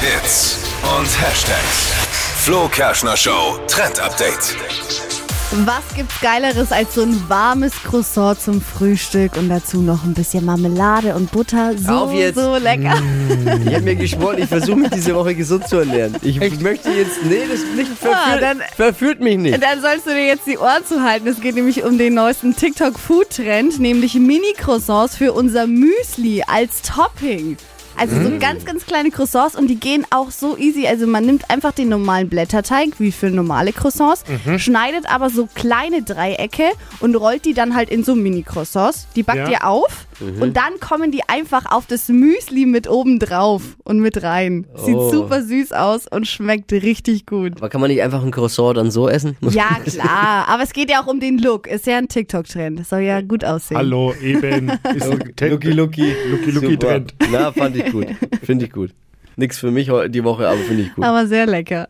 Hits und Hashtags. Flo Kerschner Show Trend Update. Was gibt's Geileres als so ein warmes Croissant zum Frühstück und dazu noch ein bisschen Marmelade und Butter? So, Auf jetzt. so lecker. Ich habe mir geschworen, ich versuche mich diese Woche gesund zu ernähren. Ich möchte jetzt, nee, das nicht verführt, Ah, dann- verführt mich nicht. Äh, Dann sollst du dir jetzt die Ohren zuhalten. Es geht nämlich um den neuesten TikTok-Food-Trend, nämlich Mini-Croissants für unser Müsli als Topping. Also so ganz, ganz kleine Croissants und die gehen auch so easy. Also man nimmt einfach den normalen Blätterteig, wie für normale Croissants, schneidet aber so kleine Dreiecke und rollt die dann halt in so Mini-Croissants. Die backt Ja. ihr auf und dann kommen die einfach auf das Müsli mit oben drauf und mit rein. Sieht Oh. super süß aus und schmeckt richtig gut. Aber kann man nicht einfach ein Croissant dann so essen? Ja, klar. Aber es geht ja auch um den Look. Ist ja ein TikTok-Trend. Das soll ja gut aussehen. Hallo, eben. Ist ein Trend. Lucky Lucky. Lucky Lucky Trend. Na, fand ich gut. Finde ich gut. Nix für mich heu- die Woche, aber finde ich gut. Aber sehr lecker.